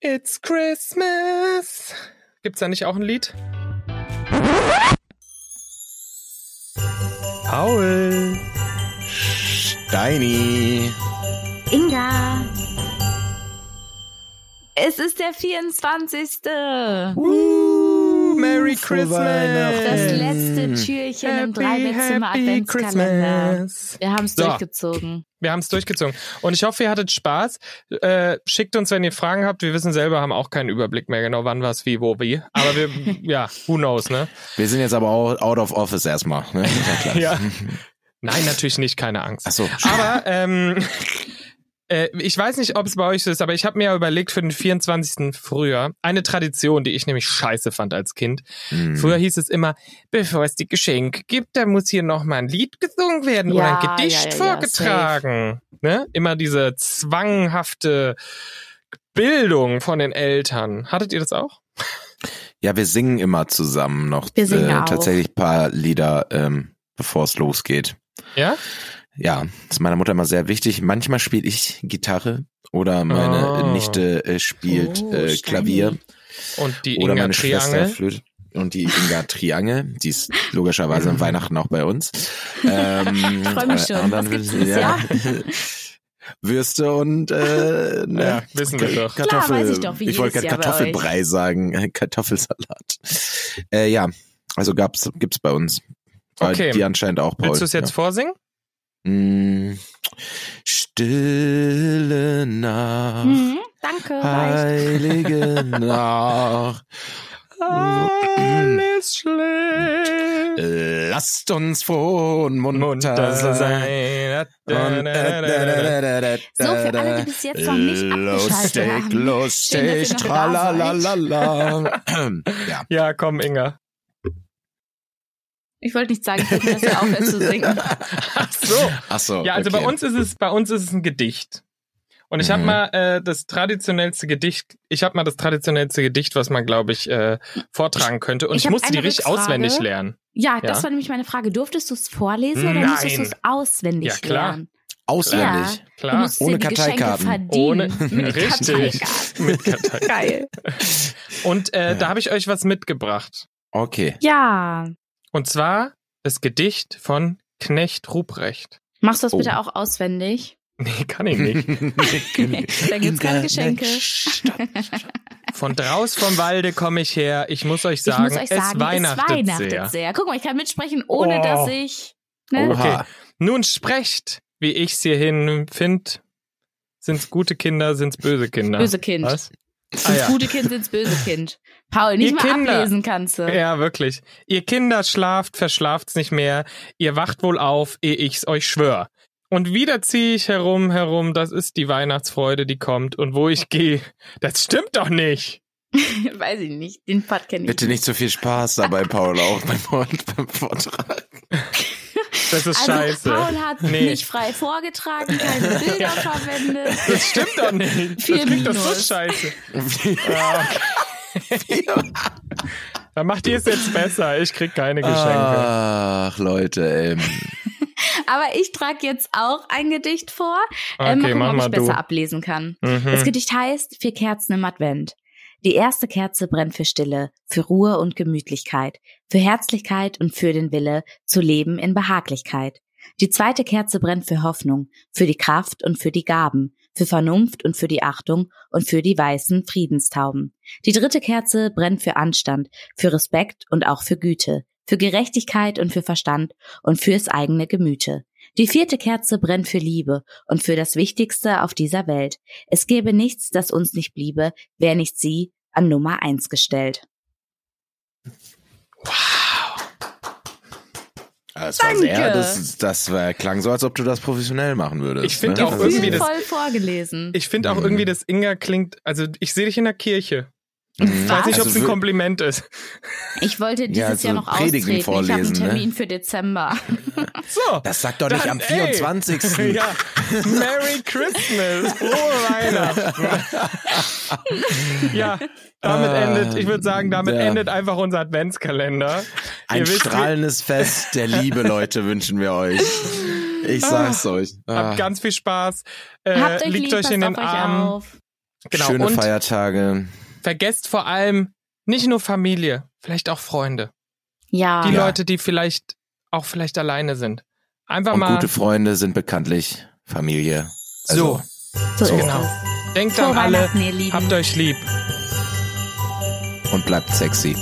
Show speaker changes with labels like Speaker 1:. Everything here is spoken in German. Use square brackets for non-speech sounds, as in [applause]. Speaker 1: It's Christmas. Gibt's da nicht auch ein Lied?
Speaker 2: Paul. Steini.
Speaker 3: Inga. Es ist der 24.
Speaker 1: Uh, Merry Christmas.
Speaker 3: Das letzte Türchen im Dreibettzimmer-Adventskalender. Wir haben es
Speaker 1: So.
Speaker 3: durchgezogen.
Speaker 1: Wir haben es durchgezogen. Und ich hoffe, ihr hattet Spaß. Äh, schickt uns, wenn ihr Fragen habt. Wir wissen selber, haben auch keinen Überblick mehr genau, wann was, wie, wo, wie. Aber wir, [laughs] ja, who knows, ne?
Speaker 2: Wir sind jetzt aber auch out of office erstmal. Ne? Ist ja klar.
Speaker 1: Ja. Nein, natürlich nicht, keine Angst.
Speaker 2: Ach so.
Speaker 1: Aber ähm, [laughs] äh, ich weiß nicht, ob es bei euch so ist, aber ich habe mir ja überlegt für den 24. Frühjahr eine Tradition, die ich nämlich scheiße fand als Kind.
Speaker 2: Hm.
Speaker 1: Früher
Speaker 2: Mhm.
Speaker 1: hieß es immer, bevor es die Geschenke gibt, da muss hier nochmal ein Lied gesungen werden oder
Speaker 3: Ja,
Speaker 1: ein Gedicht
Speaker 3: ja, ja, ja,
Speaker 1: vorgetragen. ne? Immer diese zwanghafte Bildung von den Eltern. Hattet ihr das auch?
Speaker 2: ja, wir singen immer zusammen noch äh,
Speaker 3: Wir singen auch.
Speaker 2: tatsächlich paar Lieder, ähm, bevor es losgeht.
Speaker 1: Ja?
Speaker 2: Ja, das ist meiner Mutter immer sehr wichtig. Manchmal spiele ich Gitarre oder meine
Speaker 1: Oh.
Speaker 2: Nichte äh, spielt
Speaker 3: Oh,
Speaker 2: äh,
Speaker 3: Steini.
Speaker 2: Klavier
Speaker 1: Und die
Speaker 2: oder
Speaker 1: Inga
Speaker 2: meine Schwester
Speaker 1: Triangel.
Speaker 2: Flöte. Und die Inga Triangel, die ist logischerweise
Speaker 3: [laughs]
Speaker 2: an Weihnachten auch bei uns. Ähm,
Speaker 3: Ich freu mich schon.
Speaker 2: Und dann
Speaker 3: Was gibt's
Speaker 2: will-
Speaker 3: dieses Jahr?
Speaker 2: [laughs] Würste und äh, ne,
Speaker 1: Ja, wissen wir doch.
Speaker 2: Kartoffel.
Speaker 3: Klar, weiß ich doch, wie
Speaker 2: ich wollte
Speaker 3: jedes
Speaker 2: gerade
Speaker 3: Jahr bei
Speaker 2: Kartoffelbrei sagen, äh, Kartoffelsalat. Äh, ja, also gab's gibt's bei uns. Weil
Speaker 1: Okay.
Speaker 2: Die anscheinend auch Paul.
Speaker 1: Willst du es jetzt vorsingen?
Speaker 2: Ja. Mm. Stille
Speaker 3: Hm.
Speaker 2: Nacht,
Speaker 3: Mhm, danke. reicht. [laughs]
Speaker 2: heilige Nacht. Mm.
Speaker 1: Alles schlecht.
Speaker 2: Lasst uns froh und Äh, munter sein. Und, äh,
Speaker 1: Und-
Speaker 3: So, für alle, die bis jetzt noch nicht abgeschaltet
Speaker 2: Äh, Lustig,
Speaker 3: haben. Schön, dass
Speaker 2: lustig,
Speaker 3: ihr noch da
Speaker 2: tralalalala. ja.
Speaker 1: Ja, komm, Inga.
Speaker 3: Ich wollte nicht sagen, ich wollte nur, dass ihr
Speaker 1: [laughs]
Speaker 3: aufhört zu singen.
Speaker 1: Ach so.
Speaker 2: Ach so,
Speaker 1: Ja, also
Speaker 2: okay.
Speaker 1: bei uns ist es, bei uns ist es ein Gedicht. Und ich habe
Speaker 2: Mhm.
Speaker 1: mal äh, das traditionellste Gedicht, ich habe mal das traditionellste Gedicht, was man, glaube ich, äh, vortragen könnte. Und
Speaker 3: Ich
Speaker 1: ich,
Speaker 3: hab
Speaker 1: musste die
Speaker 3: eine
Speaker 1: richtig
Speaker 3: Rückfrage.
Speaker 1: auswendig lernen.
Speaker 3: Ja, das
Speaker 1: Ja.
Speaker 3: war nämlich meine Frage. Durftest du es vorlesen oder
Speaker 1: Nein.
Speaker 3: musstest du es auswendig
Speaker 1: Ja, klar.
Speaker 3: lernen?
Speaker 2: auswendig.
Speaker 3: Ja. Du
Speaker 1: Klar.
Speaker 3: musstest
Speaker 2: Ohne
Speaker 3: dir die Geschenke
Speaker 2: Karteikarten.
Speaker 3: verdienen.
Speaker 1: Ohne- [laughs]
Speaker 3: Mit
Speaker 1: Richtig.
Speaker 3: Karteikarten.
Speaker 1: Mit Kartei.
Speaker 3: Geil.
Speaker 1: Und äh,
Speaker 3: [laughs]
Speaker 2: Ja.
Speaker 1: da habe ich euch was mitgebracht.
Speaker 2: Okay.
Speaker 3: Ja.
Speaker 1: Und zwar das Gedicht von Knecht Ruprecht. [laughs]
Speaker 3: Machst du das
Speaker 2: Oh.
Speaker 3: bitte auch auswendig?
Speaker 1: Nee, kann ich nicht.
Speaker 3: Dann gibt's keine Geschenke.
Speaker 1: Von draus vom Walde komme ich her. Ich muss euch sagen,
Speaker 3: ich muss euch sagen,
Speaker 1: es weihnachtet,
Speaker 3: es weihnachtet sehr.
Speaker 1: sehr.
Speaker 3: Guck mal, ich kann mitsprechen, ohne
Speaker 1: Oh.
Speaker 3: dass ich. [laughs] Ne?
Speaker 2: Oha.
Speaker 1: Nun sprecht, wie ich's hierhin find. Sind's gute Kinder, sind's böse Kinder.
Speaker 3: Böse Kind.
Speaker 1: Was? Ah,
Speaker 3: Sind's
Speaker 1: ja.
Speaker 3: gute Kind, sind's böse Kind. Paul, nicht
Speaker 1: Ihr
Speaker 3: mal
Speaker 1: Kinder.
Speaker 3: ablesen kannst du.
Speaker 1: Ja, wirklich. Ihr Kinder schlaft, verschlaft's nicht mehr. Ihr wacht wohl auf, ehe ich's euch schwör. Und wieder zieh ich herum, herum. Das ist die Weihnachtsfreude, die kommt. Und wo ich gehe, das stimmt doch nicht.
Speaker 3: [laughs] Weiß ich nicht. Den Part kenne ich.
Speaker 2: Bitte nicht so viel Spaß dabei, Paul, auch beim, Wort- beim Vortrag.
Speaker 1: Das ist
Speaker 3: Also,
Speaker 1: scheiße.
Speaker 3: Paul hat
Speaker 1: Nee.
Speaker 3: nicht frei vorgetragen, keine
Speaker 1: [laughs]
Speaker 3: Bilder verwendet.
Speaker 1: Das stimmt doch nicht.
Speaker 3: Vier
Speaker 1: das klingt doch so
Speaker 3: Minus.
Speaker 1: scheiße. Ja, okay. Dann Ah. [laughs] macht ihr es jetzt besser. Ich krieg keine
Speaker 3: Ah. Äh,
Speaker 1: Geschenke.
Speaker 2: Ach, Leute, ey.
Speaker 3: Aber ich trage jetzt auch ein Gedicht vor.
Speaker 1: Okay,
Speaker 3: ähm, mal gucken,
Speaker 1: mach
Speaker 3: ob ich
Speaker 1: mal du.
Speaker 3: besser ablesen kann. Das
Speaker 1: Mhm.
Speaker 3: Gedicht heißt Vier Kerzen im Advent. Die erste Kerze brennt für Stille, für Ruhe und Gemütlichkeit, für Herzlichkeit und für den Wille, zu leben in Behaglichkeit. Die zweite Kerze brennt für Hoffnung, für die Kraft und für die Gaben, für Vernunft und für die Achtung und für die weißen Friedenstauben. Die dritte Kerze brennt für Anstand, für Respekt und auch für Güte, für Gerechtigkeit und für Verstand und fürs eigene Gemüte. Die vierte Kerze brennt für Liebe und für das Wichtigste auf dieser Welt, es gäbe nichts, das uns nicht bliebe, wär nicht sie an Nummer eins gestellt.
Speaker 2: Ah, Das war sehr,
Speaker 3: Danke.
Speaker 2: das, das war, klang so, als ob du das professionell machen würdest. ne?
Speaker 1: Ich find auch
Speaker 2: Das ist-
Speaker 1: irgendwie das-
Speaker 3: voll vorgelesen.
Speaker 1: Ich finde auch
Speaker 2: Mhm.
Speaker 1: irgendwie, dass Inga klingt, also ich sehe dich in der Kirche. Ich weiß
Speaker 3: Was?
Speaker 1: nicht, ob es ein
Speaker 2: Mhm. Also wir-
Speaker 1: Kompliment ist.
Speaker 3: Ich wollte dieses
Speaker 2: Ja, also
Speaker 3: Jahr noch
Speaker 2: Predigen
Speaker 3: austreten. ich habe einen
Speaker 2: vorlesen,
Speaker 1: ne?
Speaker 3: Termin für Dezember.
Speaker 1: So.
Speaker 2: Das sagt doch nicht
Speaker 1: Dann,
Speaker 2: am
Speaker 1: ey. [laughs]
Speaker 2: 24.
Speaker 1: Ja. Merry Christmas. Frohe Weihnachten. ja, damit
Speaker 2: Ah,
Speaker 1: endet, ich würde sagen, damit
Speaker 2: ja.
Speaker 1: endet einfach unser Adventskalender.
Speaker 2: Ein
Speaker 1: Ihr wisst, wir-
Speaker 2: strahlendes Fest der Liebe, Leute, wünschen wir euch. Ich sag's euch. Ah.
Speaker 1: Habt ganz viel Spaß. Äh,
Speaker 3: Habt euch
Speaker 1: liegt
Speaker 3: lieb,
Speaker 1: euch
Speaker 3: passt
Speaker 1: in den
Speaker 3: auf euch
Speaker 1: Armen.
Speaker 3: auf.
Speaker 1: Genau.
Speaker 2: Schöne
Speaker 1: und
Speaker 2: Feiertage.
Speaker 1: vergesst vor allem nicht nur Familie, vielleicht auch Freunde.
Speaker 3: Ja.
Speaker 1: Die
Speaker 2: Ja.
Speaker 1: Leute, die vielleicht auch vielleicht alleine sind. Einfach
Speaker 2: Und
Speaker 1: mal
Speaker 2: gute Freunde sind bekanntlich Familie. Also,
Speaker 1: so.
Speaker 3: So, ist
Speaker 1: Genau.
Speaker 3: es.
Speaker 1: Denkt
Speaker 3: Frohe
Speaker 1: an alle.
Speaker 3: Weihnachten, ihr Lieben.
Speaker 1: Habt euch lieb.
Speaker 2: Und bleibt sexy.